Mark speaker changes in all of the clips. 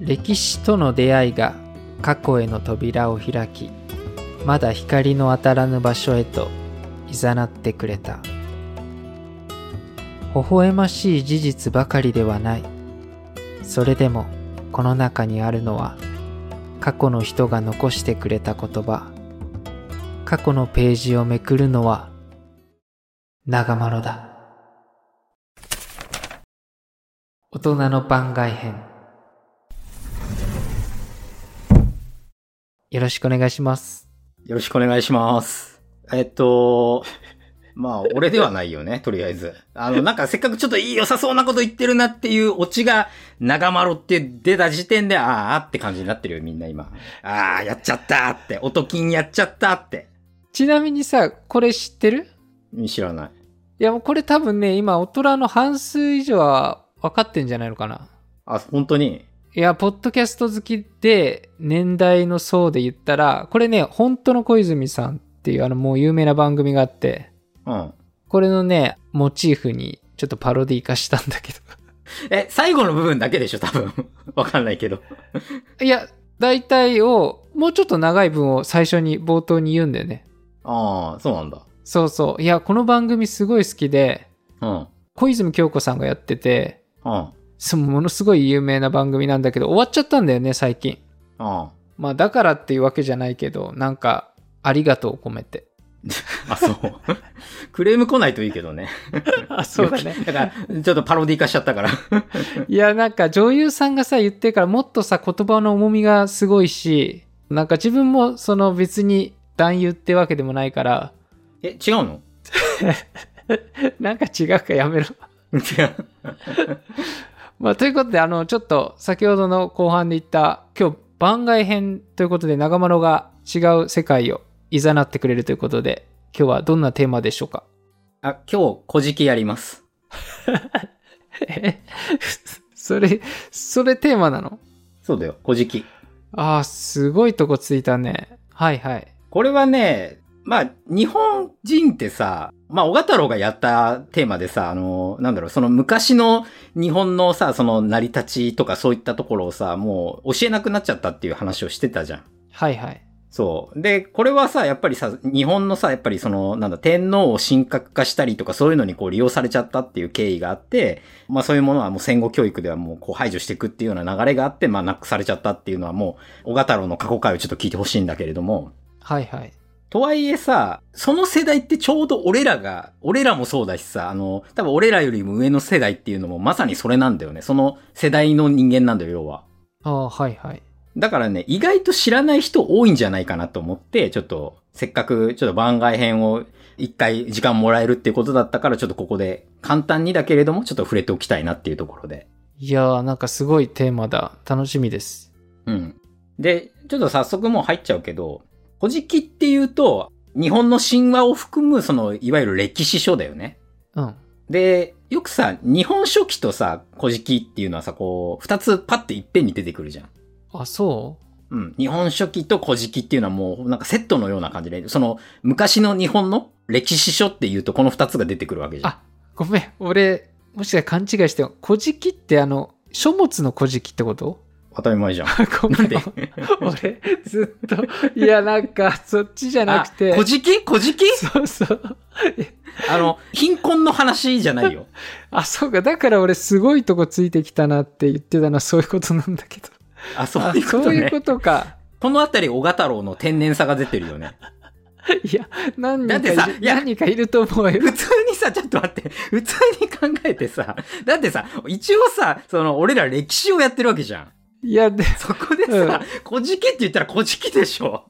Speaker 1: 歴史との出会いが過去への扉を開きまだ光の当たらぬ場所へといざなってくれた微笑ましい事実ばかりではないそれでもこの中にあるのは過去の人が残してくれた言葉過去のページをめくるのは長丸だ大人の番外編よろしくお願いします
Speaker 2: よろしくお願いします。えっと、まあ、俺ではないよね、と りあえず。あの、なんかせっかくちょっといい良さそうなこと言ってるなっていうオチが、長丸って出た時点で、あーあって感じになってるよ、みんな今。ああ、やっちゃったーって、音金やっちゃったーって。
Speaker 1: ちなみにさこれ知ってる
Speaker 2: 知らない。
Speaker 1: いやもうこれ多分ね今大人の半数以上は分かってんじゃないのかな
Speaker 2: あ、本当に。
Speaker 1: いやポッドキャスト好きで年代の層で言ったらこれね本当の小泉さんっていうあのもう有名な番組があって
Speaker 2: うん。
Speaker 1: これのねモチーフにちょっとパロディ化したんだけど
Speaker 2: え、最後の部分だけでしょ、多分。 わかんないけど。
Speaker 1: いや、大体を、もうちょっと長い文を最初に冒頭に言うんだよね。
Speaker 2: ああ、そうなんだ。
Speaker 1: そうそう。いや、この番組すごい好きで、
Speaker 2: うん。
Speaker 1: 小泉京子さんがやってて、
Speaker 2: うん。
Speaker 1: そのものすごい有名な番組なんだけど、終わっちゃったんだよね、最近。
Speaker 2: うん。
Speaker 1: まあ、だからっていうわけじゃないけど、なんか、ありがとうを込めて。
Speaker 2: あ、そう。 クレーム来ないといいけどね。
Speaker 1: あ、。
Speaker 2: だから、ちょっとパロディ化しちゃったから。
Speaker 1: いや、なんか女優さんがさ、言ってるから、もっとさ、言葉の重みがすごいし、なんか自分も、その別に男優ってわけでもないから、
Speaker 2: え、違うの
Speaker 1: なんか違うからやめろ。
Speaker 2: 違う。
Speaker 1: まあ、ということで、あの、ちょっと先ほどの後半で言った、今日番外編ということで、長丸が違う世界を誘ってくれるということで、今日はどんなテーマでしょうか
Speaker 2: あ、今日、小じきやります。
Speaker 1: え それ、それテーマなの
Speaker 2: そうだよ、小じき。
Speaker 1: ああ、すごいとこついたね。はいはい。
Speaker 2: これはね、まあ、日本人ってさ、まあ、小太郎がやったテーマでさ、あの、なんだろう、その昔の日本のさ、その成り立ちとかそういったところをさ、もう教えなくなっちゃったっていう話をしてたじゃん。
Speaker 1: はいはい。
Speaker 2: そう。で、これはさ、やっぱりさ、日本のさ、やっぱりその、なんだ、天皇を神格化したりとか、そういうのにこう利用されちゃったっていう経緯があって、まあそういうものはもう戦後教育ではもうこう排除していくっていうような流れがあって、まあなくされちゃったっていうのはもう、小型郎の過去回をちょっと聞いてほしいんだけれども、
Speaker 1: はいはい。
Speaker 2: とはいえさ、その世代ってちょうど俺らが、俺らもそうだしさ、あの、多分俺らよりも上の世代っていうのもまさにそれなんだよね。その世代の人間なんだよ、要は。
Speaker 1: ああ、はいはい。
Speaker 2: だからね、意外と知らない人多いんじゃないかなと思って、ちょっと、せっかくちょっと番外編を一回時間もらえるっていうことだったから、ちょっとここで簡単にだけれども、ちょっと触れておきたいなっていうところで。
Speaker 1: いやー、なんかすごいテーマだ。楽しみです。
Speaker 2: うん。で、ちょっと早速もう入っちゃうけど、古事記っていうと、日本の神話を含む、その、いわゆる歴史書だよね。
Speaker 1: うん。
Speaker 2: で、よくさ、日本書紀とさ、古事記っていうのはさ、こう、二つパッていっぺんに出てくるじゃん。
Speaker 1: あ、そ
Speaker 2: うん。日本書紀と古事記っていうのはもうなんかセットのような感じで、その昔の日本の歴史書っていうとこの二つが出てくるわけじゃん。
Speaker 1: あうごめん。俺、もしかしたら勘違いして、古事記ってあの、書物の古事記ってこと
Speaker 2: 当たり前 じゃん。
Speaker 1: ごめ
Speaker 2: なん
Speaker 1: ん
Speaker 2: で
Speaker 1: 俺、ずっと、いや、なんか、そっちじゃなくて、
Speaker 2: あ古事記古事記
Speaker 1: そうそう。
Speaker 2: あの、貧困の話じゃないよ。
Speaker 1: あ、そうか。だから俺、すごいとこついてきたなって言ってたのは、そういうことなんだけど。
Speaker 2: あ、そ
Speaker 1: あ
Speaker 2: ういうこと
Speaker 1: そういう
Speaker 2: ね。
Speaker 1: こ
Speaker 2: こと
Speaker 1: か。
Speaker 2: のあたり、小型郎の天然さが出て るよね。
Speaker 1: いや、何
Speaker 2: だ
Speaker 1: 人
Speaker 2: っ
Speaker 1: かい
Speaker 2: て
Speaker 1: る
Speaker 2: さいや
Speaker 1: 何人かいると思うよ。
Speaker 2: 普通にさ、ちょっと待って、普通に考えてさ、だってさ、一応さ、その、俺ら歴史をやってるわけじゃん。
Speaker 1: いや、で、
Speaker 2: そこで
Speaker 1: うん
Speaker 2: さ、古事記って言ったら古事記でしょ。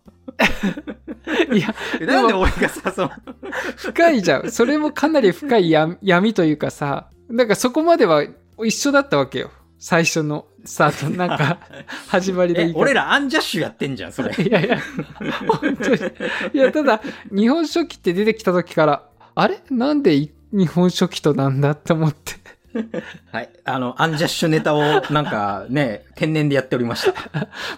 Speaker 1: いや、
Speaker 2: なんで俺がさ、その、
Speaker 1: 深いじゃん。それもかなり深い闇闇というかさ、なんかそこまでは一緒だったわけよ。最初のスタート、なんか、始まりの言
Speaker 2: え
Speaker 1: い方。
Speaker 2: 俺らアンジャッシュやってんじゃん、それ。
Speaker 1: いやいや、本当に。いや、ただ、日本書紀って出てきた時から、あれなんでい日本書紀となんだって思って。
Speaker 2: はい。あの、アンジャッシュネタを、なんかね、天然でやっておりまし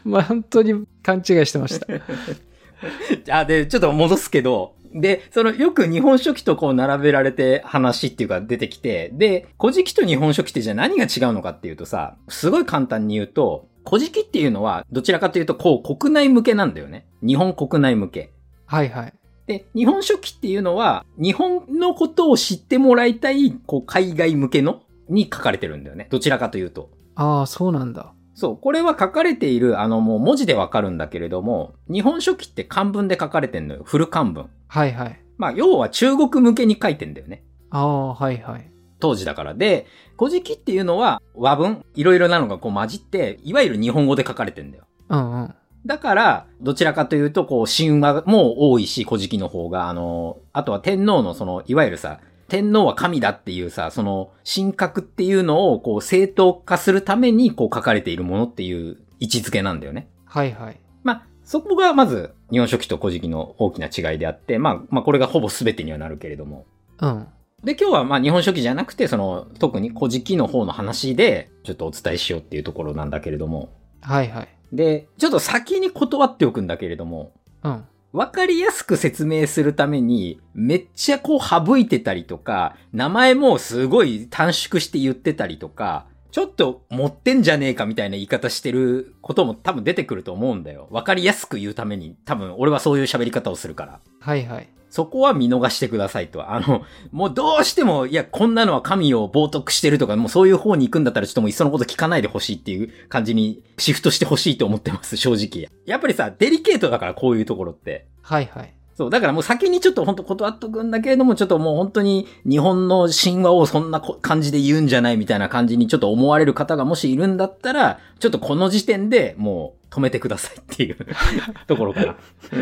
Speaker 1: まあ、本当に勘違いしてました。
Speaker 2: た。あ、で、ちょっと戻すけど、で、その、よく日本書紀とこう並べられて話っていうか出てきて、で、古事記と日本書紀ってじゃあ何が違うのかっていうとさ、すごい簡単に言うと、古事記っていうのは、どちらかというと、こう、国内向けなんだよね。日本国内向け。
Speaker 1: はいはい。
Speaker 2: で、日本書紀っていうのは、日本のことを知ってもらいたい、こう、海外向けのに書かれてるんだよね。どちらかというと。
Speaker 1: ああ、そうなんだ。
Speaker 2: そう、これは書かれている、あの、もう文字でわかるんだけれども、日本書紀って漢文で書かれてんのよ。古漢文。
Speaker 1: はいはい。
Speaker 2: まあ、要は中国向けに書いてんだよね。
Speaker 1: ああ、はいはい。
Speaker 2: 当時だから。で、古事記っていうのは和文、いろいろなのがこう混じって、いわゆる日本語で書かれてんだよ。
Speaker 1: うんうん。
Speaker 2: だから、どちらかというと、こう、神話も多いし、古事記の方が、あの、あとは天皇のその、いわゆるさ、天皇は神だっていうさ、その、神格っていうのを、こう、正当化するために、こう、書かれているものっていう位置づけなんだよね。
Speaker 1: はいはい。
Speaker 2: まあ、そこがまず、日本書紀と古事記の大きな違いであって、まあ、まあ、これがほぼ全てにはなるけれども。
Speaker 1: うん。
Speaker 2: で、今日はまあ日本書紀じゃなくて、その、特に古事記の方の話で、ちょっとお伝えしようっていうところなんだけれども。
Speaker 1: はいはい。
Speaker 2: で、ちょっと先に断っておくんだけれども、
Speaker 1: うん。
Speaker 2: わかりやすく説明するために、めっちゃこう省いてたりとか、名前もすごい短縮して言ってたりとか、ちょっと持ってんじゃねえかみたいな言い方してることも多分出てくると思うんだよ。わかりやすく言うために、多分俺はそういう喋り方をするから。
Speaker 1: はいはい。
Speaker 2: そこは見逃してくださいと。あの、もうどうしても、いや、こんなのは神を冒涜してるとか、もうそういう方に行くんだったらちょっともういっそのこと聞かないでほしいっていう感じにシフトしてほしいと思ってます、正直。やっぱりさ、デリケートだからこういうところって。
Speaker 1: はいはい。
Speaker 2: そう、だからもう先にちょっと本当断っとくんだけれども、ちょっともう本当に日本の神話をそんなこ感じで言うんじゃないみたいな感じにちょっと思われる方がもしいるんだったら、ちょっとこの時点でもう止めてくださいっていうところかな。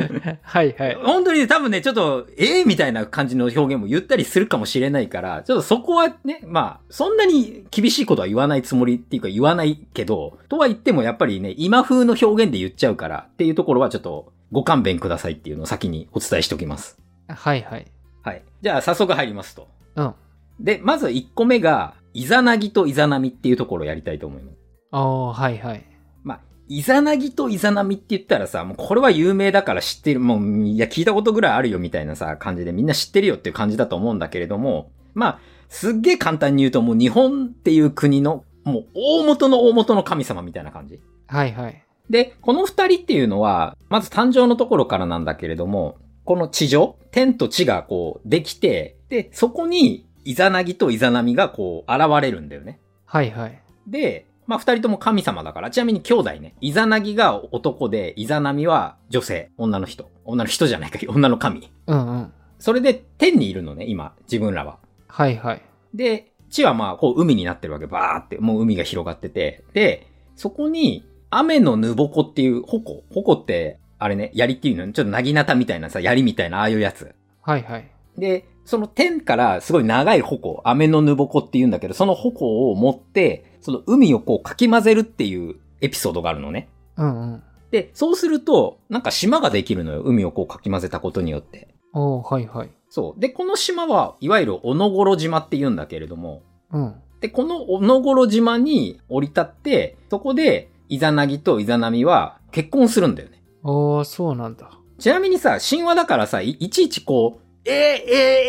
Speaker 1: はいはい。
Speaker 2: 本当にね多分ね、ちょっと、ええみたいな感じの表現も言ったりするかもしれないから、ちょっとそこはね、まあ、そんなに厳しいことは言わないつもりっていうか言わないけど、とは言ってもやっぱりね、今風の表現で言っちゃうからっていうところはちょっとご勘弁くださいっていうのを先にお伝えしておきます。
Speaker 1: はいはい。
Speaker 2: はい。じゃあ早速入りますと。
Speaker 1: うん。あ
Speaker 2: で、まず1個目が、イザナギとイザナミっていうところをやりたいと思います。
Speaker 1: あ、はいはい。
Speaker 2: まあ、イザナギとイザナミって言ったらさ、もうこれは有名だから知ってる、もう、いや、聞いたことぐらいあるよみたいなさ、感じでみんな知ってるよっていう感じだと思うんだけれども、まあ、すっげえ簡単に言うともう日本っていう国の、もう大元の大元の神様みたいな感じ。
Speaker 1: はいはい。
Speaker 2: で、この二人っていうのは、まず誕生のところからなんだけれども、この地上、天と地がこうできて、で、そこにイザナギとイザナミがこう現れるんだよね。
Speaker 1: はいはい。
Speaker 2: で、まあ、二人とも神様だから、ちなみに兄弟ね、イザナギが男で、イザナミは女性、女の人。女の人じゃないか、女の神。
Speaker 1: うんうん。
Speaker 2: それで、天にいるのね、今、自分らは。
Speaker 1: はいはい。
Speaker 2: で、地はまあ、こう、海になってるわけ、バーって、もう海が広がってて、で、そこに、雨のぬぼこっていう、矛。矛って、あれね、槍っていうの、ちょっとなぎなたみたいなさ、槍みたいな、ああいうやつ。
Speaker 1: はいはい。
Speaker 2: で、その天からすごい長い矛、飴のぬぼこって言うんだけど、その矛を持って、その海をこうかき混ぜるっていうエピソードがあるのね。
Speaker 1: うんうん。
Speaker 2: で、そうすると、なんか島ができるのよ。海をこうかき混ぜたことによって。
Speaker 1: おーはいはい。
Speaker 2: そう。で、この島は、いわゆる小野頃島って言うんだけれども、
Speaker 1: うん。
Speaker 2: で、この小野頃島に降り立って、そこで、イザナギとイザナミは結婚するんだよね。
Speaker 1: ああ、そうなんだ。
Speaker 2: ちなみにさ、神話だからさ、いいちいちこう、えー、え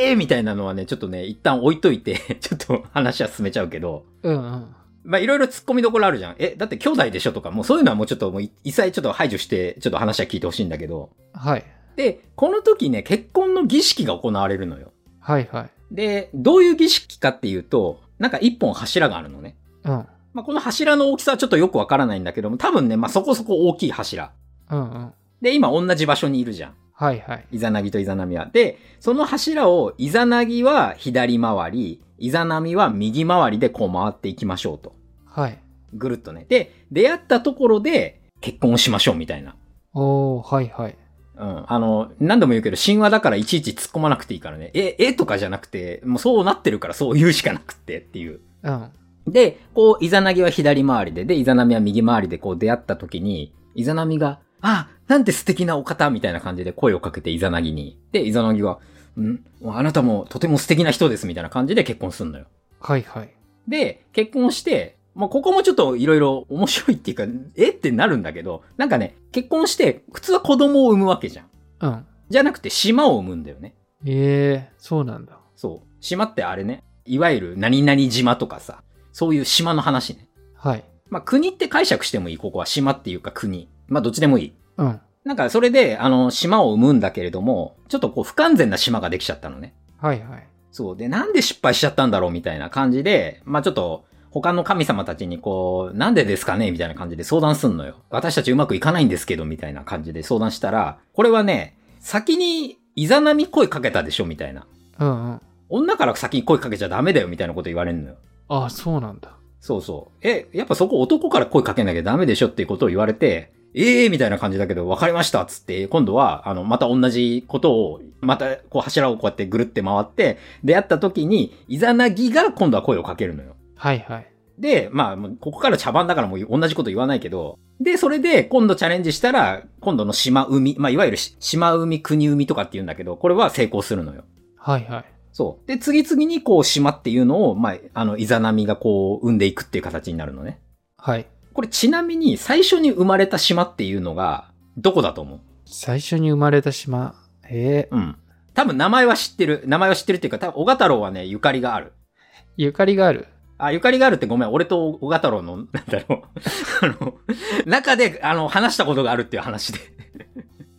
Speaker 2: ー、えー、みたいなのはね、ちょっとね、一旦置いといて、 ちょっと話は進めちゃうけど、
Speaker 1: うんうん。
Speaker 2: まあ、いろいろ突っ込みどころあるじゃん。え、だって兄弟でしょとか、もうそういうのはもうちょっと、もうい一切ちょっと排除して、ちょっと話は聞いてほしいんだけど。
Speaker 1: はい。
Speaker 2: で、この時ね、結婚の儀式が行われるのよ。
Speaker 1: はいはい。
Speaker 2: で、どういう儀式かっていうと、なんか一本柱があるのね。
Speaker 1: うん。
Speaker 2: まあ、この柱の大きさはちょっとよくわからないんだけども、多分ね、まあ、そこそこ大きい柱。
Speaker 1: うんうん。
Speaker 2: で、今同じ場所にいるじゃん。
Speaker 1: はいはい。
Speaker 2: イザナギとイザナミは。で、その柱をイザナギは左回り、イザナミは右回りでこう回っていきましょうと。
Speaker 1: はい。
Speaker 2: ぐるっとね。で、出会ったところで結婚をしましょうみたいな。
Speaker 1: おーはいはい。
Speaker 2: うん。あの、何度も言うけど、神話だからいちいち突っ込まなくていいからね。え、えとかじゃなくて、もうそうなってるからそう言うしかなくってっていう。
Speaker 1: うん。
Speaker 2: で、こう、イザナギは左回りで、で、イザナミは右回りでこう出会った時に、イザナミが、あ、なんて素敵なお方みたいな感じで声をかけてイザナギに。で、イザナギが、んあなたもとても素敵な人ですみたいな感じで結婚すんのよ。
Speaker 1: はいはい。
Speaker 2: で、結婚して、まあ、ここもちょっといろいろ面白いっていうか、えってなるんだけど、なんかね、結婚して、普通は子供を産むわけじゃん。
Speaker 1: うん。
Speaker 2: じゃなくて島を産むんだよね。
Speaker 1: ええー、そうなんだ。
Speaker 2: そう。島ってあれね、いわゆる何々島とかさ、そういう島の話ね。
Speaker 1: はい。
Speaker 2: まあ、国って解釈してもいい、ここは。島っていうか国。まあ、どっちでもいい。
Speaker 1: うん。
Speaker 2: なんか、それで、あの、島を生むんだけれども、ちょっとこう、不完全な島ができちゃったのね。
Speaker 1: はいはい。
Speaker 2: そう。で、なんで失敗しちゃったんだろうみたいな感じで、まあちょっと、他の神様たちにこう、なんでですかねみたいな感じで相談すんのよ。私たちうまくいかないんですけど、みたいな感じで相談したら、これはね、先にイザナミ声かけたでしょみたいな。
Speaker 1: うんうん。
Speaker 2: 女から先に声かけちゃダメだよみたいなこと言われるのよ。
Speaker 1: ああ、そうなんだ。
Speaker 2: そうそう。え、やっぱそこ男から声かけなきゃダメでしょっていうことを言われて、ええー、みたいな感じだけど、わかりましたっつって、今度は、あの、また同じことを、また、こう柱をこうやってぐるって回って、出会った時に、イザナギが今度は声をかけるのよ。
Speaker 1: はいはい。
Speaker 2: で、まあ、もうここから茶番だからもう同じこと言わないけど、で、それで今度チャレンジしたら、今度の島海、まあ、いわゆるし島海、国海とかって言うんだけど、これは成功するのよ。
Speaker 1: はいはい。
Speaker 2: そう。で、次々にこう島っていうのを、まあ、あの、イザナミがこう、生んでいくっていう形になるのね。
Speaker 1: はい。
Speaker 2: これちなみに最初に生まれた島っていうのが、どこだと思う
Speaker 1: 最初に生まれた島。ええ
Speaker 2: うん。多分名前は知ってる。名前は知ってるっていうか、多分小太郎はね、ゆかりがある。
Speaker 1: ゆかりがある。
Speaker 2: あ、ゆかりがあるってごめん。俺と小太郎の、なんだろう。 あの、中で、あの、話したことがあるっていう話で。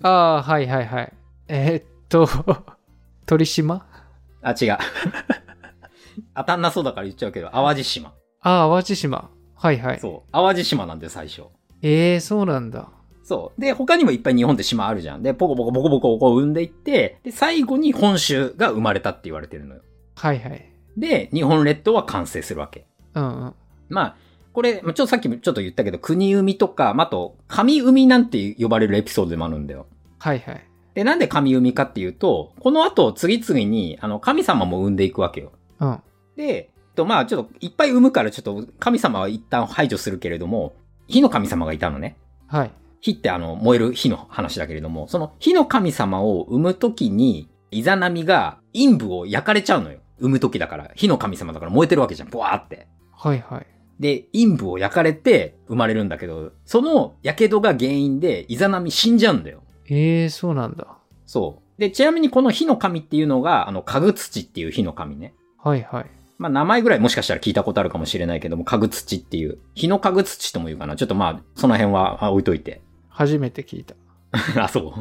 Speaker 1: ああ、はいはいはい。えーっと、 鳥島
Speaker 2: あ、違 う。当たんなそうだから言っちゃうけど、淡路島。
Speaker 1: ああ、淡路島。はいはい。
Speaker 2: そう。淡路島なんだよ、最初。
Speaker 1: ええそうなんだ。
Speaker 2: そう。で、他にもいっぱい日本って島あるじゃん。で、ポコポコポコポコこう生んでいって、で、最後に本州が生まれたって言われてるのよ。
Speaker 1: はいはい。
Speaker 2: で、日本列島は完成するわけ。
Speaker 1: うんうん。
Speaker 2: まあ、これ、まあちょっとさっきもちょっと言ったけど、国海とか、まああと、神海なんて呼ばれるエピソードでもあるんだよ。
Speaker 1: はいはい。
Speaker 2: で、なんで神海かっていうと、この後、次々に、あの、神様も産んでいくわけよ。
Speaker 1: うん。
Speaker 2: で、えっと、まあ、ちょっと、いっぱい産むから、ちょっと、神様は一旦排除するけれども、火の神様がいたのね。
Speaker 1: はい。
Speaker 2: 火ってあの、燃える火の話だけれども、その火の神様を産むときに、イザナミが陰部を焼かれちゃうのよ。産むときだから、火の神様だから燃えてるわけじゃん、ぼわーって。
Speaker 1: はいはい。
Speaker 2: で、陰部を焼かれて生まれるんだけど、その火傷が原因でイザナミ死んじゃうんだよ。
Speaker 1: ええそうなんだ。
Speaker 2: そう。で、ちなみにこの火の神っていうのが、あの、家具土っていう火の神ね。
Speaker 1: はいはい。
Speaker 2: まあ、名前ぐらいもしかしたら聞いたことあるかもしれないけども、家具土っていう、火の家具土とも言うかな。ちょっとまあ、その辺はあ置いといて。
Speaker 1: 初めて聞いた。
Speaker 2: あ、そ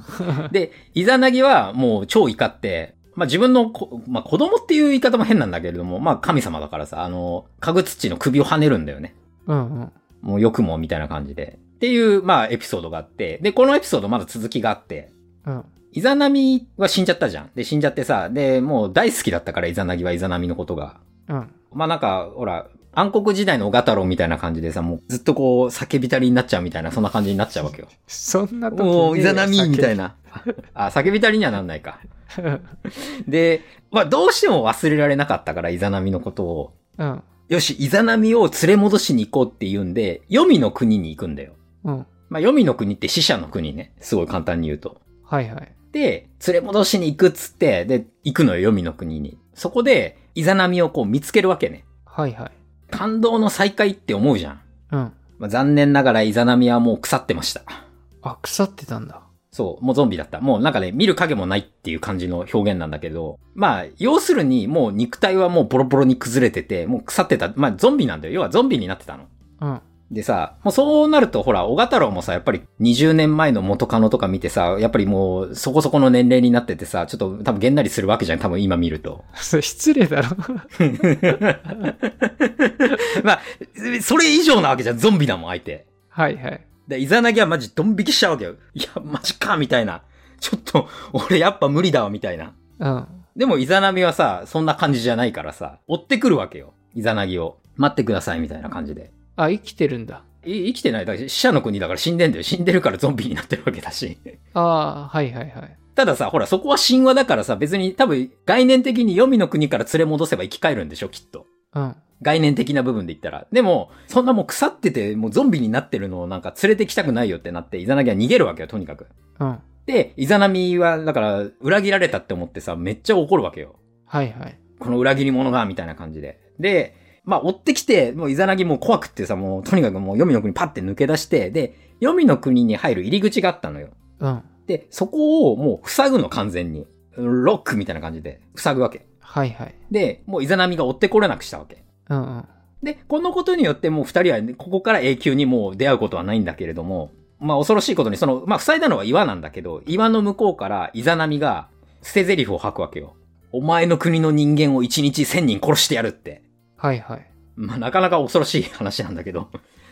Speaker 2: う。で、イザナギはもう超怒って、まあ自分のこ、まあ子供っていう言い方も変なんだけれども、まあ神様だからさ、あの、家具土の首を跳ねるんだよね。
Speaker 1: うんうん。
Speaker 2: もうよくもみたいな感じで。っていう、まあエピソードがあって、で、このエピソードまだ続きがあって、
Speaker 1: うん。
Speaker 2: イザナミは死んじゃったじゃん。で、死んじゃってさ、で、もう大好きだったから、イザナギはイザナミのことが。
Speaker 1: うん。
Speaker 2: まあなんか、ほら、暗黒時代の小型郎みたいな感じでさ、もうずっとこう、叫びたりになっちゃうみたいな、そんな感じになっちゃうわけよ。
Speaker 1: そんな時
Speaker 2: もう、イザナミみたい
Speaker 1: な。
Speaker 2: な。 あ、叫びたりにはなんないか。で、まあ、どうしても忘れられなかったから、イザナミのことを。
Speaker 1: うん。
Speaker 2: よし、イザナミを連れ戻しに行こうって言うんで、黄泉の国に行くんだよ。
Speaker 1: うん。
Speaker 2: まあ、黄泉の国って死者の国ね。すごい簡単に言うと。
Speaker 1: はいはい。
Speaker 2: で、連れ戻しに行くっつって、で、行くのよ、黄泉の国に。そこで、イザナミをこう見つけるわけね。
Speaker 1: はいはい。
Speaker 2: 感動の再会って思うじゃん。
Speaker 1: うん。
Speaker 2: まあ、残念ながらイザナミはもう腐ってました。
Speaker 1: あ、腐ってたんだ。
Speaker 2: そう、もうゾンビだった。もうなんかね、見る影もないっていう感じの表現なんだけど、まあ、要するにもう肉体はもうボロボロに崩れてて、もう腐ってた。まあ、ゾンビなんだよ。要はゾンビになってたの。
Speaker 1: うん。
Speaker 2: でさ、もうそうなると、ほら、小型郎もさ、やっぱり20年前の元カノとか見てさ、やっぱりもうそこそこの年齢になっててさ、ちょっと多分げんなりするわけじゃん、多分今見ると。
Speaker 1: それ 失礼だろ。
Speaker 2: まあ、それ以上なわけじゃん、ゾンビだもん、相手。
Speaker 1: はいはい。
Speaker 2: で、イザナギはマジドン引きしちゃうわけよ。いや、マジか、みたいな。ちょっと、 俺やっぱ無理だわ、みたいな。
Speaker 1: うん。
Speaker 2: でもイザナミはさ、そんな感じじゃないからさ、追ってくるわけよ。イザナギを。待ってください、みたいな感じで。
Speaker 1: あ、生きてるんだ。
Speaker 2: い生きてない。だから死者の国だから死んでんだよ。死んでるからゾンビになってるわけだし。
Speaker 1: ああ、はいはいはい。
Speaker 2: たださ、ほら、そこは神話だからさ、別に多分概念的に黄泉の国から連れ戻せば生き返るんでしょ、きっと。
Speaker 1: うん。
Speaker 2: 概念的な部分で言ったら。でも、そんなもう腐ってて、もうゾンビになってるのをなんか連れてきたくないよってなって、イザナギは逃げるわけよ、とにかく。
Speaker 1: うん。
Speaker 2: で、イザナミは、だから、裏切られたって思ってさ、めっちゃ怒るわけよ。
Speaker 1: はいはい。
Speaker 2: この裏切り者が、みたいな感じで。で、まあ、追ってきて、もうイザナギもう怖くってさ、もうとにかくもう黄泉の国パッて抜け出して、で、黄泉の国に入る入り口があったのよ。
Speaker 1: うん。
Speaker 2: で、そこをもう塞ぐの完全に。ロックみたいな感じで、塞ぐわけ。
Speaker 1: はいはい。
Speaker 2: で、もうイザナミが追ってこれなくしたわけ。
Speaker 1: うんうん。
Speaker 2: で、このことによってもう二人はねここから永久にもう出会うことはないんだけれども、まあ恐ろしいことにその、まあ塞いだのは岩なんだけど、岩の向こうからイザナミが捨て台詞を吐くわけよ。お前の国の人間を一日千人殺してやるって。
Speaker 1: はいはい。
Speaker 2: まあ、なかなか恐ろしい話なんだけど。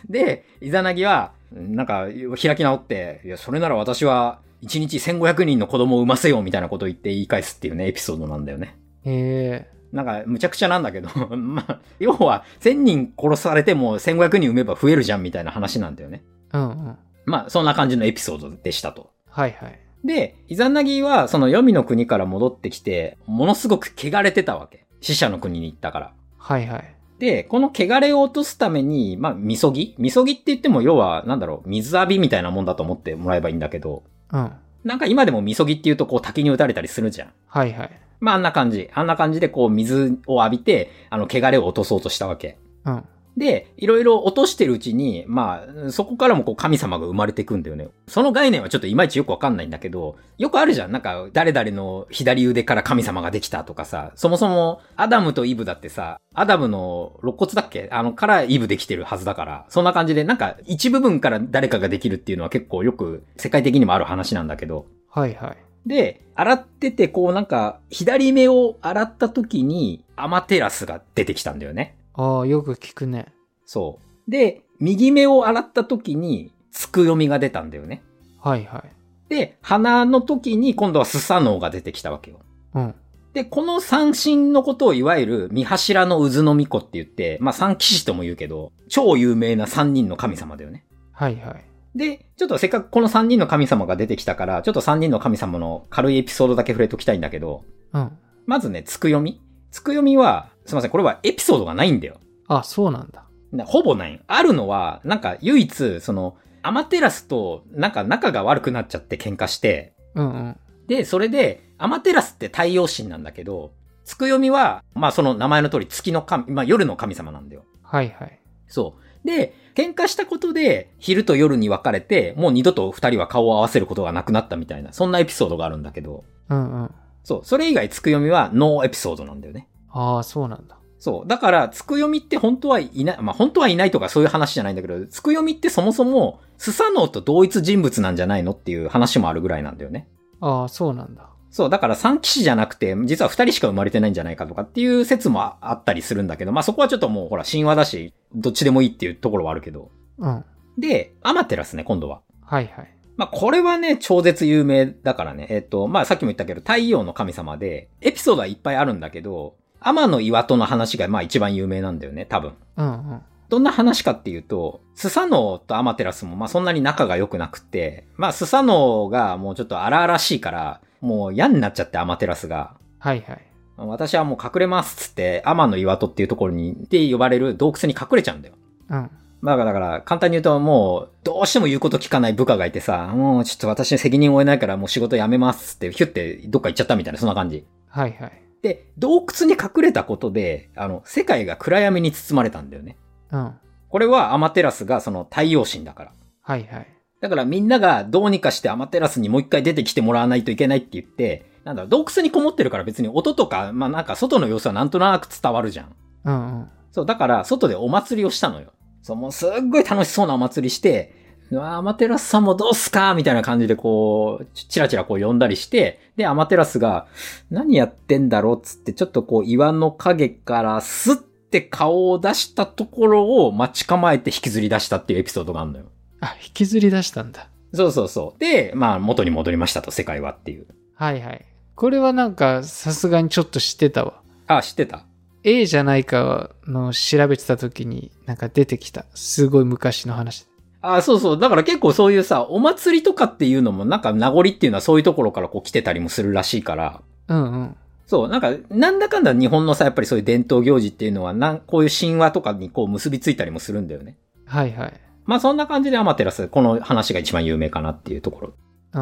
Speaker 2: で、イザナギは、なんか、開き直って、いや、それなら私は、1日1500人の子供を産ませようみたいなことを言って言い返すっていうね、エピソードなんだよね。
Speaker 1: へえ。
Speaker 2: なんか、むちゃくちゃなんだけど、 まあ、要は、1000人殺されても1500人産めば増えるじゃんみたいな話なんだよね。
Speaker 1: うんうん。
Speaker 2: まあ、そんな感じのエピソードでしたと。
Speaker 1: はいはい。
Speaker 2: で、イザナギは、その、黄泉の国から戻ってきて、ものすごく汚れてたわけ。死者の国に行ったから。
Speaker 1: はいはい。
Speaker 2: で、この汚れを落とすために、まあ、みそぎみそぎって言っても、要は、なんだろう、水浴びみたいなもんだと思ってもらえばいいんだけど、
Speaker 1: うん。
Speaker 2: なんか今でもみそぎって言うと、こう、滝に打たれたりするじゃん。
Speaker 1: はいはい。
Speaker 2: まあ、あんな感じ。あんな感じで、こう、水を浴びて、あの、汚れを落とそうとしたわけ。
Speaker 1: うん。
Speaker 2: で、いろいろ落としてるうちに、まあ、そこからもこう神様が生まれてくんだよね。その概念はちょっといまいちよくわかんないんだけど、よくあるじゃん。なんか、誰々の左腕から神様ができたとかさ、そもそも、アダムとイブだってさ、アダムの肋骨だっけあの、からイブできてるはずだから、そんな感じで、なんか、一部分から誰かができるっていうのは結構よく、世界的にもある話なんだけど、
Speaker 1: はいはい。
Speaker 2: で、洗ってて、こうなんか、左目を洗った時に、アマテラスが出てきたんだよね。
Speaker 1: ああ、よく聞くね。
Speaker 2: そう。で、右目を洗った時に、つくよみが出たんだよね。
Speaker 1: はいはい。
Speaker 2: で、鼻の時に今度はスサノオが出てきたわけよ。
Speaker 1: うん。
Speaker 2: で、この三神のことをいわゆる、三柱の渦の巫女って言って、まあ三騎士とも言うけど、超有名な三人の神様だよね。
Speaker 1: はいはい。
Speaker 2: で、ちょっとせっかくこの三人の神様が出てきたから、ちょっと三人の神様の軽いエピソードだけ触れときたいんだけど、
Speaker 1: うん。
Speaker 2: まずね、つくよみ。つくよみは、すいません、これはエピソードがないんだよ。
Speaker 1: あ、そうなんだ。
Speaker 2: なほぼない。あるのは、なんか唯一、その、アマテラスと、なんか仲が悪くなっちゃって喧嘩して、
Speaker 1: うんうん。
Speaker 2: で、それで、アマテラスって太陽神なんだけど、つくよみは、まあその名前の通り月の神、まあ夜の神様なんだよ。
Speaker 1: はいはい。
Speaker 2: そう。で、喧嘩したことで、昼と夜に分かれて、もう二度と二人は顔を合わせることがなくなったみたいな、そんなエピソードがあるんだけど、
Speaker 1: うんうん。
Speaker 2: そう。それ以外つくよみはノーエピソードなんだよね。
Speaker 1: ああ、そうなんだ。
Speaker 2: そう。だから、つくよみって本当はいない、まあ、本当はいないとかそういう話じゃないんだけど、つくよみってそもそも、スサノオと同一人物なんじゃないのっていう話もあるぐらいなんだよね。
Speaker 1: ああ、そうなんだ。
Speaker 2: そう。だから三騎士じゃなくて、実は二人しか生まれてないんじゃないかとかっていう説もああったりするんだけど、まあ、そこはちょっともうほら、神話だし、どっちでもいいっていうところはあるけど。
Speaker 1: うん。
Speaker 2: で、アマテラスね、今度は。
Speaker 1: はいはい。
Speaker 2: まあ、これはね、超絶有名だからね。えっ、と、まあ、さっきも言ったけど、太陽の神様で、エピソードはいっぱいあるんだけど、天の岩戸の話が、まあ、一番有名なんだよね、多分。
Speaker 1: うんうん。
Speaker 2: どんな話かっていうと、スサノオとアマテラスもまあそんなに仲が良くなくて、まあスサノオがもうちょっと荒々しいから、もう嫌になっちゃってアマテラスが、
Speaker 1: はいはい。
Speaker 2: 私はもう隠れますっつって、アマの岩戸っていうところに、って呼ばれる洞窟に隠れちゃうんだよ。
Speaker 1: うん。
Speaker 2: まあだから、簡単に言うともう、どうしても言うこと聞かない部下がいてさ、もうちょっと私責任負えないからもう仕事辞めますっつって、ヒュってどっか行っちゃったみたいな、そんな感じ。
Speaker 1: はいはい。
Speaker 2: で、洞窟に隠れたことで、あの、世界が暗闇に包まれたんだよね。
Speaker 1: うん。
Speaker 2: これはアマテラスがその太陽神だから。
Speaker 1: はいはい。
Speaker 2: だからみんながどうにかしてアマテラスにもう一回出てきてもらわないといけないって言って、なんだろう、洞窟にこもってるから別に音とか、まあなんか外の様子はなんとなく伝わるじゃん。
Speaker 1: うんうん。
Speaker 2: そう、だから外でお祭りをしたのよ。そう、もうすっごい楽しそうなお祭りして、うわアマテラスさんもどうすかみたいな感じでこう、ちちらちらこう呼んだりして、で、アマテラスが、何やってんだろうっつって、ちょっとこう岩の影からスッて顔を出したところを待ち構えて引きずり出したっていうエピソードがあるのよ。
Speaker 1: あ、引きずり出したんだ。
Speaker 2: そうそうそう。で、まあ、元に戻りましたと、世界はっていう。
Speaker 1: はいはい。これはなんか、さすがにちょっと知ってたわ。
Speaker 2: あ、知ってた
Speaker 1: A じゃないかの調べてた時になんか出てきた。すごい昔の話。
Speaker 2: あ、そうそう。だから結構そういうさ、お祭りとかっていうのも、なんか名残っていうのはそういうところからこう来てたりもするらしいから。
Speaker 1: うんうん。
Speaker 2: そう、なんか、なんだかんだ日本のさ、やっぱりそういう伝統行事っていうのは、なん、こういう神話とかにこう結びついたりもするんだよね。
Speaker 1: はいはい。
Speaker 2: まあそんな感じでアマテラス、この話が一番有名かなっていうところ。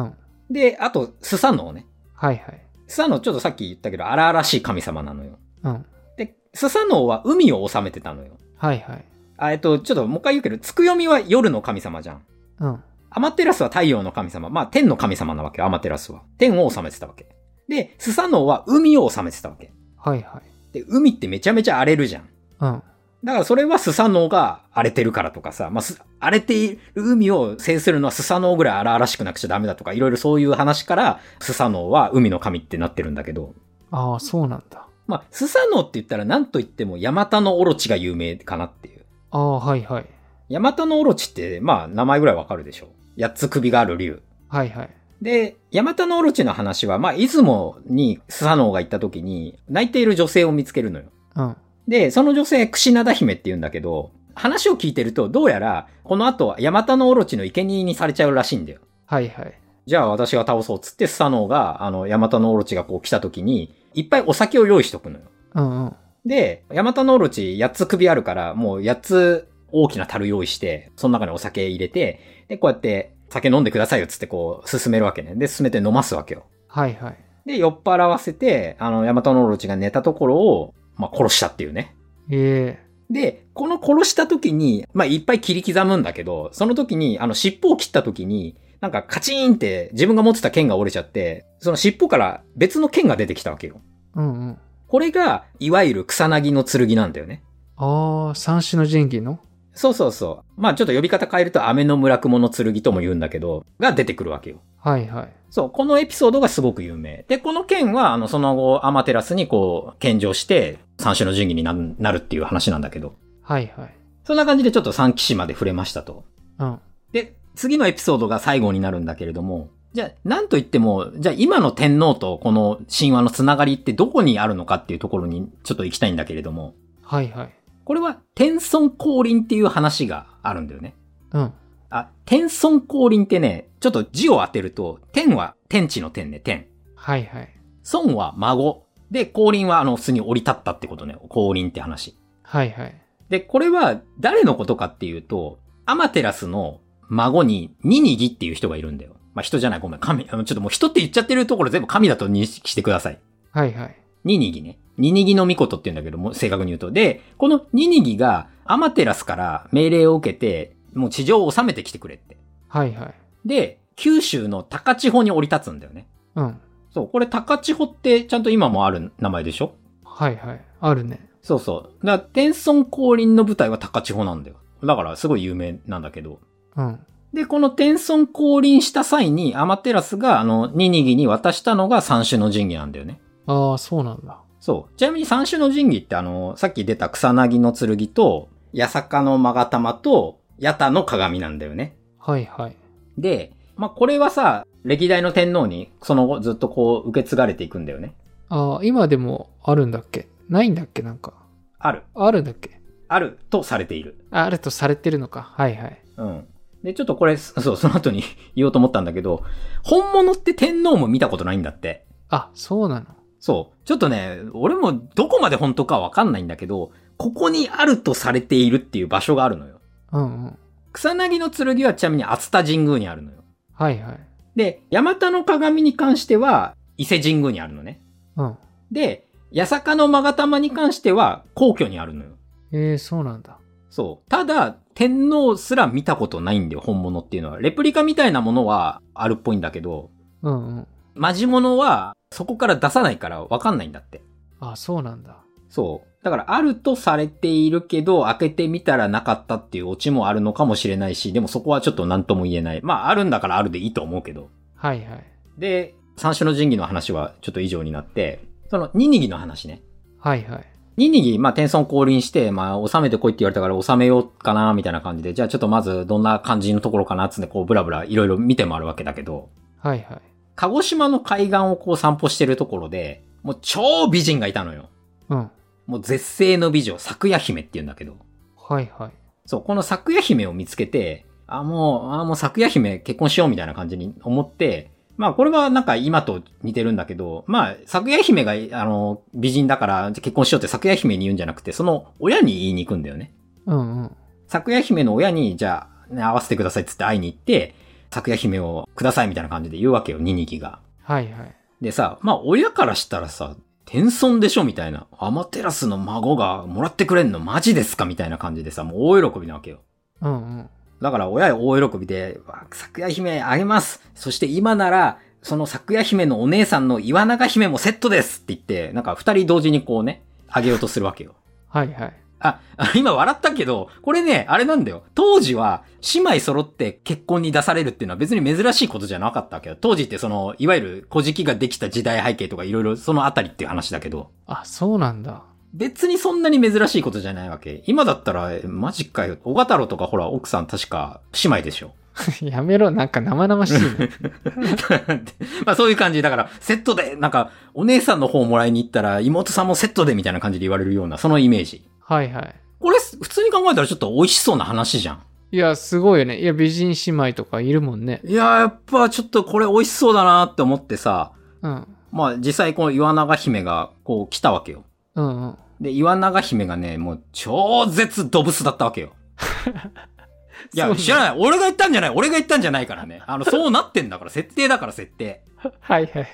Speaker 1: うん。
Speaker 2: で、あと、スサノオね。
Speaker 1: はいはい。
Speaker 2: スサノオちょっとさっき言ったけど、荒々しい神様なのよ。
Speaker 1: うん。
Speaker 2: で、スサノオは海を治めてたのよ。
Speaker 1: はいはい。
Speaker 2: あ、えっと、ちょっともう一回言うけど、つくよみは夜の神様じゃん。
Speaker 1: うん。
Speaker 2: アマテラスは太陽の神様。まあ、天の神様なわけよ、アマテラスは。天を治めてたわけ。で、スサノオは海を治めてたわけ。
Speaker 1: はいはい。
Speaker 2: で、海ってめちゃめちゃ荒れるじゃん。
Speaker 1: うん。
Speaker 2: だからそれはスサノオが荒れてるからとかさ、まあす、荒れている海を制するのはスサノオぐらい荒々しくなくちゃダメだとか、いろいろそういう話から、スサノオは海の神ってなってるんだけど、
Speaker 1: ああ、そうなんだ。
Speaker 2: まあ、スサノオって言ったら何と言ってもヤマタノオロチが有名かなっていう。
Speaker 1: ああ、はいはい。
Speaker 2: ヤマタノオロチって、まあ、名前ぐらいわかるでしょ。八つ首がある竜。
Speaker 1: はいはい。
Speaker 2: で、ヤマタノオロチの話は、まあ、出雲にスサノオが行った時に、泣いている女性を見つけるのよ。
Speaker 1: うん。
Speaker 2: で、その女性、クシナダ姫って言うんだけど、話を聞いてると、どうやら、この後、ヤマタノオロチの生贄にされちゃうらしいんだよ。
Speaker 1: はいはい。
Speaker 2: じゃあ私が倒そうっつって、スサノオが、あの、ヤマタノオロチがこう来た時に、いっぱいお酒を用意しとくのよ。
Speaker 1: うんうん。
Speaker 2: で、ヤマタノオロチ8つ首あるから、もう8つ大きな樽用意して、その中にお酒入れて、で、こうやって、酒飲んでくださいよっつってこう、進めるわけね。で、進めて飲ますわけよ。
Speaker 1: はいはい。
Speaker 2: で、酔っ払わせて、あの、ヤマタノオロチが寝たところを、まあ、殺したっていうね。
Speaker 1: え
Speaker 2: で、この殺した時に、まあ、いっぱい切り刻むんだけど、その時に、あの、尻尾を切った時に、なんかカチーンって自分が持ってた剣が折れちゃって、その尻尾から別の剣が出てきたわけよ。
Speaker 1: えうんうん。
Speaker 2: これが、いわゆる草薙の剣なんだよね。
Speaker 1: ああ、三種の神器の
Speaker 2: そうそうそう。まあ、ちょっと呼び方変えると、飴の村雲の剣とも言うんだけど、が出てくるわけよ。
Speaker 1: はいはい。
Speaker 2: そう、このエピソードがすごく有名。で、この剣は、あの、その後、アマテラスにこう、献上して、三種の神器にななるっていう話なんだけど、
Speaker 1: はいはい。
Speaker 2: そんな感じでちょっと三騎士まで触れましたと。
Speaker 1: うん。
Speaker 2: で、次のエピソードが最後になるんだけれども、じゃあ、なんと言っても、じゃあ今の天皇とこの神話のつながりってどこにあるのかっていうところにちょっと行きたいんだけれども、
Speaker 1: はいはい。
Speaker 2: これは天孫降臨っていう話があるんだよね。
Speaker 1: うん。
Speaker 2: あ、天孫降臨ってね、ちょっと字を当てると、天は天地の天ね、天。
Speaker 1: はいはい。
Speaker 2: 孫は孫。で、降臨はあの普通に降り立ったってことね、降臨って話。
Speaker 1: はいはい。
Speaker 2: で、これは誰のことかっていうと、アマテラスの孫にニニギっていう人がいるんだよ。まあ、人じゃない、ごめん、神、あの、ちょっともう人って言っちゃってるところ全部神だと認識してください。
Speaker 1: はいはい。
Speaker 2: ニニギね。ニニギの御事って言うんだけども、正確に言うと。で、このニニギがアマテラスから命令を受けて、もう地上を治めてきてくれって。
Speaker 1: はいはい。
Speaker 2: で、九州の高千穂に降り立つんだよね。
Speaker 1: うん。
Speaker 2: そう、これ高千穂ってちゃんと今もある名前でしょ
Speaker 1: はいはい。あるね。
Speaker 2: そうそう。だから、天孫降臨の舞台は高千穂なんだよ。だから、すごい有名なんだけど。
Speaker 1: うん。
Speaker 2: で、この天孫降臨した際に、アマテラスが、あの、ニニギに渡したのが三種の神器なんだよね。
Speaker 1: ああ、そうなんだ。
Speaker 2: そう。ちなみに三種の神器って、あの、さっき出た草薙の剣と、八坂の勾玉と、八田の鏡なんだよね。
Speaker 1: はいはい。
Speaker 2: で、まあ、これはさ、歴代の天皇に、その後ずっとこう、受け継がれていくんだよね。
Speaker 1: ああ、今でもあるんだっけないんだっけなんか。
Speaker 2: ある。
Speaker 1: あるんだっけ
Speaker 2: あるとされている。
Speaker 1: ああるとされてるのか。はいはい。
Speaker 2: うん。で、ちょっとこれ、そう、その後に 言おうと思ったんだけど、本物って天皇も見たことないんだって。
Speaker 1: あ、そうなの。
Speaker 2: そう。ちょっとね、俺もどこまで本当かわかんないんだけど、ここにあるとされているっていう場所があるのよ。
Speaker 1: うんうん。
Speaker 2: 草薙の剣はちなみに熱田神宮にあるのよ。
Speaker 1: はいはい。
Speaker 2: で、ヤマタの鏡に関しては伊勢神宮にあるのね。
Speaker 1: うん。
Speaker 2: で、八坂の勾玉に関しては皇居にあるのよ。
Speaker 1: ええそうなんだ。
Speaker 2: そう。ただ、天皇すら見たことないんだよ、本物っていうのは。レプリカみたいなものはあるっぽいんだけど、
Speaker 1: うんうん。
Speaker 2: マジモノはそこから出さないからわかんないんだって。
Speaker 1: あ、そうなんだ。
Speaker 2: そう。だからあるとされているけど、開けてみたらなかったっていうオチもあるのかもしれないし、でもそこはちょっと何とも言えない。まああるんだからあるでいいと思うけど。
Speaker 1: はいはい。
Speaker 2: で、三種の神器の話はちょっと以上になって、そのニニギの話ね。
Speaker 1: はいはい。
Speaker 2: ニニギ、まあ、天孫降臨して、まあ、収めてこいって言われたから収めようかな、みたいな感じで、じゃあちょっとまずどんな感じのところかな、つってこう、ブラブラいろいろ見てもあるわけだけど、
Speaker 1: はいはい。
Speaker 2: 鹿児島の海岸をこう散歩してるところで、もう超美人がいたのよ。
Speaker 1: うん。
Speaker 2: もう絶世の美女、咲夜姫って言うんだけど。
Speaker 1: はいはい。
Speaker 2: そう、この咲夜姫を見つけて、あ、もう、あ、もう咲夜姫結婚しようみたいな感じに思って、まあこれはなんか今と似てるんだけど、まあ咲夜姫が、あの、美人だから結婚しようって咲夜姫に言うんじゃなくて、その親に言いに行くんだよね。
Speaker 1: うんうん。
Speaker 2: 咲夜姫の親に、じゃあ、ね、会わせてくださいっつって会いに行って、咲夜姫をくださいみたいな感じで言うわけよ、ニニキが。
Speaker 1: はいはい。
Speaker 2: でさ、まあ親からしたらさ、天孫でしょみたいな。アマテラスの孫がもらってくれんのマジですかみたいな感じでさ、もう大喜びなわけよ。
Speaker 1: うんうん。
Speaker 2: だから親大喜びで、わ桜姫あげます。そして今なら、その桜姫のお姉さんの岩永姫もセットですって言って、なんか二人同時にこうね、あげようとするわけよ。
Speaker 1: はいはい。
Speaker 2: あ、あ今笑ったけど、これね、あれなんだよ。当時は、姉妹揃って結婚に出されるっていうのは別に珍しいことじゃなかったわけど、当時ってその、いわゆる、古事記ができた時代背景とかいろいろそのあたりっていう話だけど、
Speaker 1: あ、そうなんだ。
Speaker 2: 別にそんなに珍しいことじゃないわけ。今だったら、えマジかよ。小型郎とかほら、奥さん確か姉妹でしょ。
Speaker 1: やめろ、なんか生々しいな。
Speaker 2: まあそういう感じ。だから、セットで、なんか、お姉さんの方をもらいに行ったら、妹さんもセットでみたいな感じで言われるような、そのイメージ。
Speaker 1: はいはい。
Speaker 2: これ、普通に考えたらちょっと美味しそうな話じゃん。
Speaker 1: いや、すごいよね。いや、美人姉妹とかいるもんね。
Speaker 2: いやー、やっぱちょっとこれ美味しそうだなって思ってさ、
Speaker 1: うん。
Speaker 2: まあ実際この岩永姫が、こう来たわけよ。
Speaker 1: うんうん。
Speaker 2: で、岩永姫がね、もう超絶ドブスだったわけ よ。い
Speaker 1: そう
Speaker 2: や、
Speaker 1: ね
Speaker 2: 知らない。俺が言ったんじゃない。俺が言ったんじゃないからね。あ の、そうなってんだから、設定だから、設定。
Speaker 1: はいはい。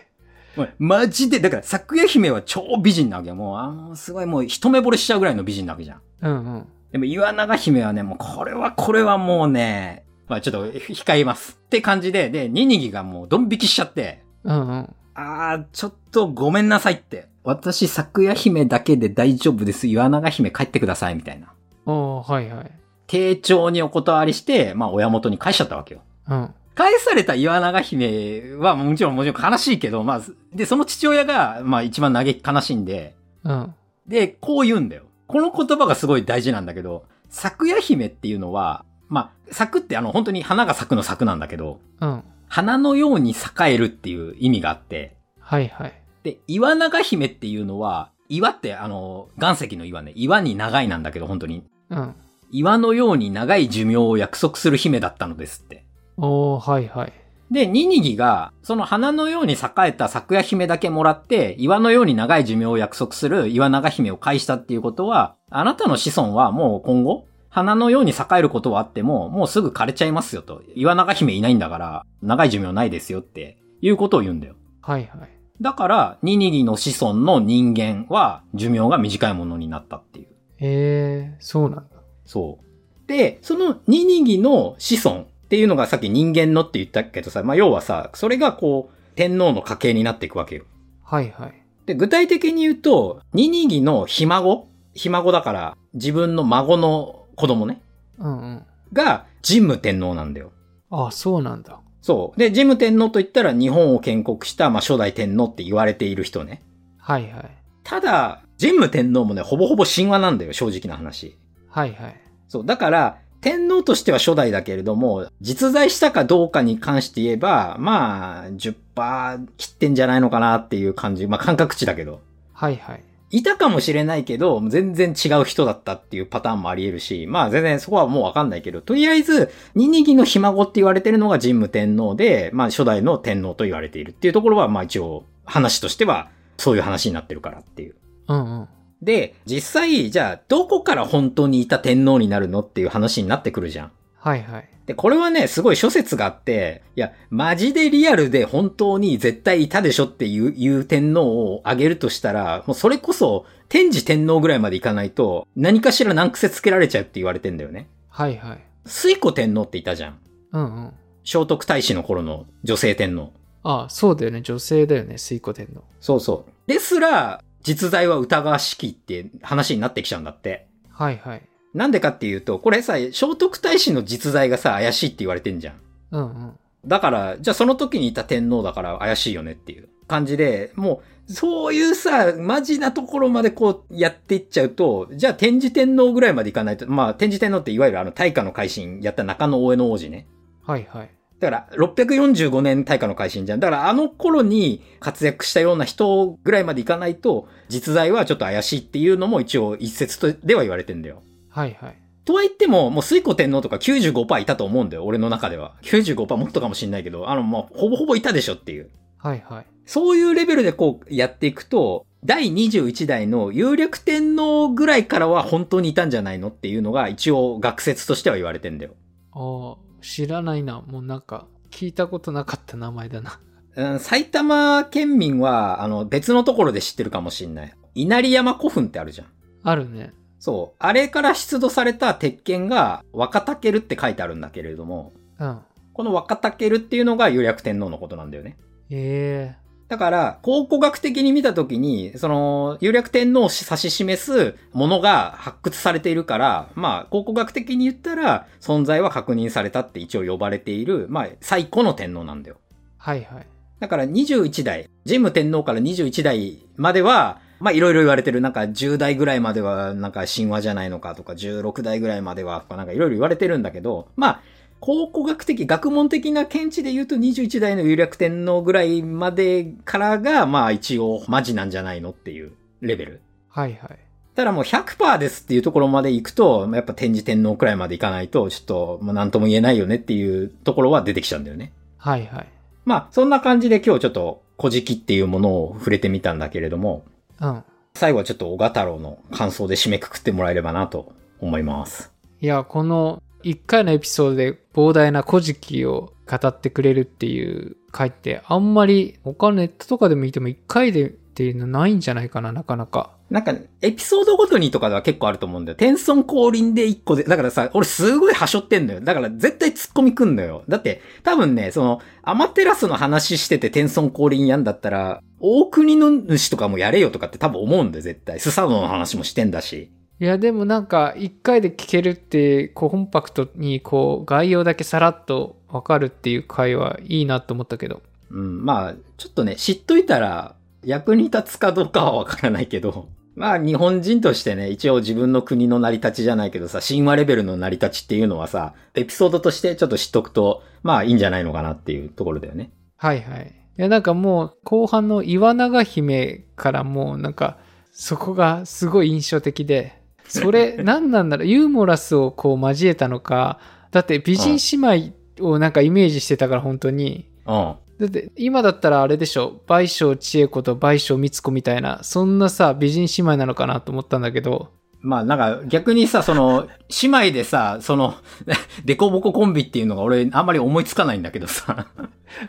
Speaker 2: おいマジで、だから、昨夜姫は超美人なわけよ。もう、あの、すごいもう、一目惚れしちゃうぐらいの美人なわけじゃん。
Speaker 1: うんうん。
Speaker 2: でも、岩永姫はね、もう、これは、これはもうね、まあ、ちょっと、控えます。って感じで、で、ニニギがもう、ドン引きしちゃって、
Speaker 1: うんうん。
Speaker 2: あー、ちょっとごめんなさいって。私、昨夜姫だけで大丈夫です。岩永姫帰ってください、みたいな。
Speaker 1: おー、はいはい。
Speaker 2: 丁重にお断りして、まあ親元に返しちゃったわけよ。
Speaker 1: うん。
Speaker 2: 返された岩永姫はもちろんもちろん悲しいけど、まあ、で、その父親が、まあ一番嘆き悲しいんで、
Speaker 1: うん。
Speaker 2: で、こう言うんだよ。この言葉がすごい大事なんだけど、咲夜姫っていうのは、まあ、咲くってあの本当に花が咲くの咲くなんだけど、
Speaker 1: うん。
Speaker 2: 花のように栄えるっていう意味があって、
Speaker 1: はいはい。
Speaker 2: で、岩永姫っていうのは、岩ってあの、岩石の岩ね、岩に長いなんだけど本当に、
Speaker 1: うん。
Speaker 2: 岩のように長い寿命を約束する姫だったのですって。
Speaker 1: おー、はいはい。
Speaker 2: で、ニニギが、その花のように栄えた桜姫だけもらって、岩のように長い寿命を約束する岩長姫を返したっていうことは、あなたの子孫はもう今後、花のように栄えることはあっても、もうすぐ枯れちゃいますよと。岩長姫いないんだから、長い寿命ないですよって、いうことを言うんだよ。
Speaker 1: はいはい。
Speaker 2: だから、ニニギの子孫の人間は、寿命が短いものになったっていう。
Speaker 1: えー、そうなんだ。
Speaker 2: そう。で、そのニニギの子孫っていうのがさっき人間のって言ったけどさ、まあ要はさ、それがこう、天皇の家系になっていくわけよ。
Speaker 1: はいはい。
Speaker 2: で、具体的に言うと、ニニギのひ孫ひ孫だから、自分の孫の子供ね。
Speaker 1: うんうん。
Speaker 2: が、神武天皇なんだよ。
Speaker 1: あ、そうなんだ。
Speaker 2: そう。で、神武天皇と言ったら日本を建国した、まあ初代天皇って言われている人ね。
Speaker 1: はいはい。
Speaker 2: ただ、神武天皇もね、ほぼほぼ神話なんだよ、正直な話。
Speaker 1: はいはい。
Speaker 2: そう、だから、天皇としては初代だけれども、実在したかどうかに関して言えば、まあ、10%切ってんじゃないのかなっていう感じ。まあ、感覚値だけど。
Speaker 1: はいはい。
Speaker 2: いたかもしれないけど、全然違う人だったっていうパターンもあり得るし、まあ全然そこはもうわかんないけど、とりあえず、ニニギのひ孫って言われてるのが神武天皇で、まあ初代の天皇と言われているっていうところは、まあ一応、話としては、そういう話になってるからっていう。
Speaker 1: うんうん。
Speaker 2: で、実際、じゃあ、どこから本当にいた天皇になるのっていう話になってくるじゃん。
Speaker 1: はいはい。
Speaker 2: で、これはね、すごい諸説があって、いや、マジでリアルで本当に絶対いたでしょっていう、いう天皇を挙げるとしたら、もうそれこそ、天智天皇ぐらいまでいかないと、何かしら難癖つけられちゃうって言われてんだよね。
Speaker 1: はいはい。
Speaker 2: 水古天皇っていたじゃん。
Speaker 1: うんうん。
Speaker 2: 聖徳太子の頃の女性天皇。
Speaker 1: あ、そうだよね。女性だよね。水古天皇。
Speaker 2: そうそう。ですら、実在は疑わしきって話になってきちゃうんだって。
Speaker 1: はいはい。
Speaker 2: なんでかっていうと、これさ、聖徳太子の実在がさ、怪しいって言われてんじゃん。
Speaker 1: うんうん。
Speaker 2: だから、じゃあその時にいた天皇だから怪しいよねっていう感じで、もう、そういうさ、マジなところまでこうやっていっちゃうと、じゃあ天智天皇ぐらいまでいかないと、まあ天智天皇っていわゆるあの大化の改新やった中野大江の王子ね。
Speaker 1: はいはい。
Speaker 2: だから、645年大化の改新じゃん。だからあの頃に活躍したような人ぐらいまでいかないと、実在はちょっと怪しいっていうのも一応一説とでは言われてんだよ。
Speaker 1: はいはい。
Speaker 2: とは言っても、もう水古天皇とか95%いたと思うんだよ、俺の中では。95%もっとかもしんないけど、あの、まあ、ほぼほぼいたでしょっていう。
Speaker 1: はいはい。
Speaker 2: そういうレベルでこうやっていくと、第21代の有力天皇ぐらいからは本当にいたんじゃないのっていうのが一応学説としては言われてんだよ。
Speaker 1: あ知らないな。もうなんか、聞いたことなかった名前だな。
Speaker 2: うん、埼玉県民は、あの、別のところで知ってるかもしんない。稲荷山古墳ってあるじゃん。
Speaker 1: あるね。
Speaker 2: そう。あれから出土された鉄剣が若竹るって書いてあるんだけれども、
Speaker 1: うん。
Speaker 2: この若竹るっていうのが有力天皇のことなんだよね。
Speaker 1: ええ
Speaker 2: だから、考古学的に見たときに、その、有略天皇を指し示すものが発掘されているから、まあ、考古学的に言ったら、存在は確認されたって一応呼ばれている、まあ、最古の天皇なんだよ。
Speaker 1: はいはい。
Speaker 2: だから21代、神武天皇から21代までは、まあいろいろ言われてる、なんか10代ぐらいまではなんか神話じゃないのかとか、16代ぐらいまではとかなんかいろいろ言われてるんだけど、まあ、考古学的、学問的な見地で言うと21代の有略天皇ぐらいまでからが、まあ一応マジなんじゃないのっていうレベル。
Speaker 1: はいはい。
Speaker 2: ただもう100%ですっていうところまで行くと、やっぱ天智天皇くらいまで行かないと、ちょっともう何とも言えないよねっていうところは出てきちゃうんだよね。
Speaker 1: はいはい。
Speaker 2: まあ、そんな感じで今日ちょっと、古事記っていうものを触れてみたんだけれども、
Speaker 1: うん。
Speaker 2: 最後はちょっと小賀太郎の感想で締めくくってもらえればなと思います。
Speaker 1: いや、この1回のエピソードで膨大な古事記を語ってくれるっていう回って、あんまり他のネットとかで見ても1回でっていうのないんじゃないかな、なかなか。
Speaker 2: なんか、エピソードごとにとかでは結構あると思うんだよ。天孫降臨で一個で、だからさ、俺すごい端折ってんのよ。だから絶対突っ込みくんのよ。だって、多分ね、その、アマテラスの話してて天孫降臨やんだったら、大国の主とかもやれよとかって多分思うんだよ、絶対。スサノオの話もしてんだし。
Speaker 1: いや、でもなんか1回で聞けるって、こうコンパクトにこう概要だけさらっとわかるっていう回はいいなと思ったけど。
Speaker 2: うん、まあ、ちょっとね、知っといたら役に立つかどうかはわからないけど、 まあ日本人としてね、一応自分の国の成り立ちじゃないけどさ、神話レベルの成り立ちっていうのはさ、エピソードとしてちょっと知っとくと、まあいいんじゃないのかなっていうところだよね。
Speaker 1: はいはい。いや、なんかもう後半の岩永姫からもうなんかそこがすごい印象的で、それ何なんだ ろう、ユーモラスをこう交えたのか、だって美人姉妹をなんかイメージしてたから本当に。
Speaker 2: うん。
Speaker 1: だって今だったらあれでしょ、倍賞千恵子と倍賞光子みたいな、そんなさ、美人姉妹なのかなと思ったんだけど、
Speaker 2: まあなんか逆にさ、その、姉妹でさ、その、 デコボココンビっていうのが俺あんまり思いつかないんだけどさ。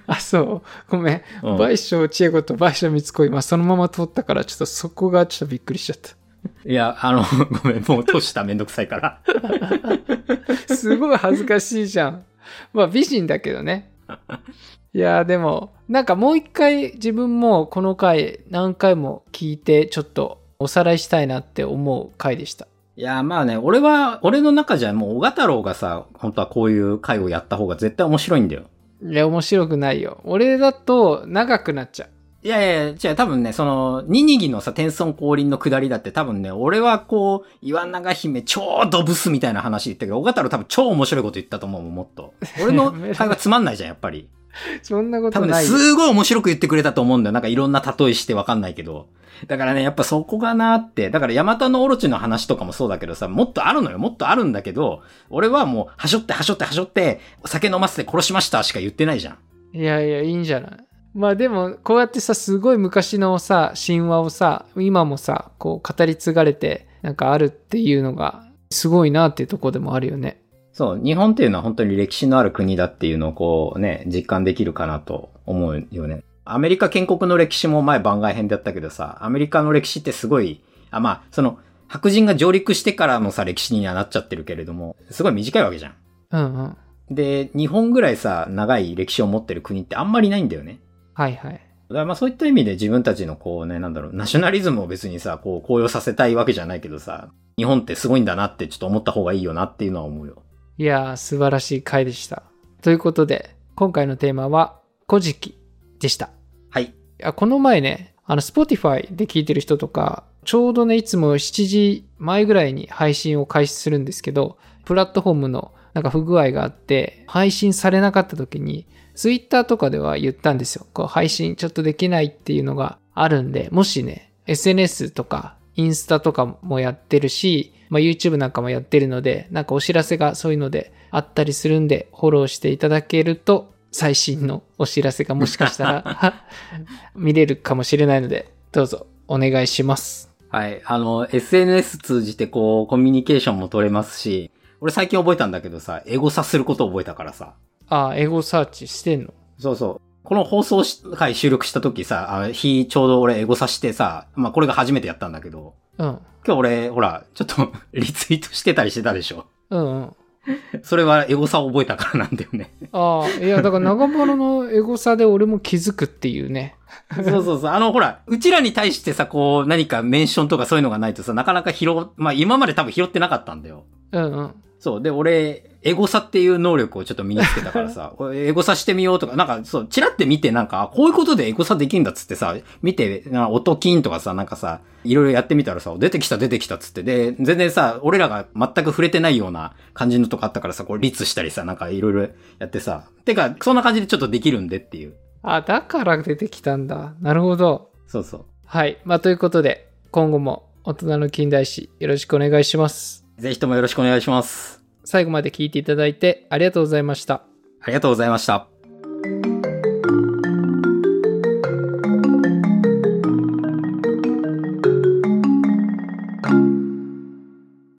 Speaker 1: あ、そう、ごめん。
Speaker 2: うん
Speaker 1: 倍賞千恵子と倍賞光子今そのまま通ったから、ちょっとそこがちょっとびっくりしちゃった。
Speaker 2: いや、あの、ごめん、もう年しためんどくさいから。
Speaker 1: すごい恥ずかしいじゃん。まあ美人だけど ね。いやーでも、なんかもう一回自分もこの回何回も聞いてちょっとおさらいしたいなって思う回でした。
Speaker 2: いや、まあね、俺は、俺の中じゃもう、小賀太郎がさ、本当はこういう回をやった方が絶対面白いんだよ。
Speaker 1: いや、面白くないよ。俺だと長くなっちゃう。
Speaker 2: いやいやいや、じゃあ多分ね、その、ニニギのさ、天孫降臨の下りだって多分ね、俺はこう、岩永姫超ドブスみたいな話言ったけど、小賀太郎多分超面白いこと言ったと思うもん、もっと。俺の会話つまんないじゃん、やっぱり。
Speaker 1: そんなこ
Speaker 2: 多
Speaker 1: と
Speaker 2: 分ね、
Speaker 1: ないよ。
Speaker 2: すごい面白く言ってくれたと思うんだよ。なんかいろんな例えしてわかんないけど。だからね、やっぱそこがなって。だから、ヤマタノオロチの話とかもそうだけどさ、もっとあるのよ。もっとあるんだけど、俺はもう、はしょってはしょってはしょって、酒飲ませて殺しましたしか言ってないじゃん。
Speaker 1: いやいや、いいんじゃないまあでも、こうやってさ、すごい昔のさ、神話をさ、今もさ、こう語り継がれて、なんかあるっていうのが、すごいなっていうとこでもあるよね。
Speaker 2: そう、日本っていうのは本当に歴史のある国だっていうのをこうね、実感できるかなと思うよね。アメリカ建国の歴史も前番外編だったけどさ、アメリカの歴史ってすごい、あ、まあ、その、白人が上陸してからのさ、歴史にはなっちゃってるけれども、すごい短いわけじゃん。
Speaker 1: うんうん。
Speaker 2: で、日本ぐらいさ、長い歴史を持ってる国ってあんまりないんだよね。
Speaker 1: はいはい。
Speaker 2: だからまあそういった意味で自分たちのこうね、なんだろう、ナショナリズムを別にさ、こう高揚させたいわけじゃないけどさ、日本ってすごいんだなってちょっと思った方がいいよなっていうのは思うよ。
Speaker 1: いやー、素晴らしい回でした。ということで、今回のテーマは、古事記でした。
Speaker 2: はい。
Speaker 1: あこの前ね、あの、Spotify で聞いてる人とか、ちょうどね、いつも7時前ぐらいに配信を開始するんですけど、プラットフォームのなんか不具合があって、配信されなかった時に、Twitter とかでは言ったんですよ。こう、配信ちょっとできないっていうのがあるんで、もしね、SNS とか、インスタとかもやってるし、まあ、YouTube なんかもやってるので、なんかお知らせがそういうのであったりするんで、フォローしていただけると、最新のお知らせがもしかしたら、 見れるかもしれないので、どうぞお願いします。
Speaker 2: はい。あの、SNS 通じてこう、コミュニケーションも取れますし、俺最近覚えたんだけどさ、エゴサすることを覚えたからさ。
Speaker 1: あ、エゴサーチしてんの
Speaker 2: そうそう。この放送し回収録した時さ、あの日ちょうど俺エゴサしてさ、まあこれが初めてやったんだけど、
Speaker 1: うん。
Speaker 2: 今日俺、ほら、ちょっとリツイートしてたりしてたでしょ。
Speaker 1: うんうん。
Speaker 2: それはエゴさを覚えたからなんだよね。
Speaker 1: ああ、いや、だから長丸のエゴさで俺も気づくっていうね。
Speaker 2: そうそうそう。あの、ほら、うちらに対してさ、こう、何かメンションとかそういうのがないとさ、なかなか拾う、まあ今まで多分拾ってなかったんだよ。
Speaker 1: うんうん。
Speaker 2: そう。で、俺、エゴサっていう能力をちょっと身につけたからさ、これエゴサしてみようとか、なんか、そう、チラって見て、なんか、あこういうことでエゴサできんだっつってさ、見て、なんか音金とかさ、なんかさ、いろいろやってみたらさ、出てきた出てきたっつって、で、全然さ、俺らが全く触れてないような感じのとかあったからさ、こう、律したりさ、なんかいろいろやってさ、てか、そんな感じでちょっとできるんでっていう。
Speaker 1: あ、だから出てきたんだ。なるほど。
Speaker 2: そうそう。
Speaker 1: はい。まあ、ということで、今後も大人の近代史よろしくお願いします。
Speaker 2: ぜひともよろしくお願いします。
Speaker 1: 最後まで聞いていただいてありがとうございました。
Speaker 2: ありがとうございました。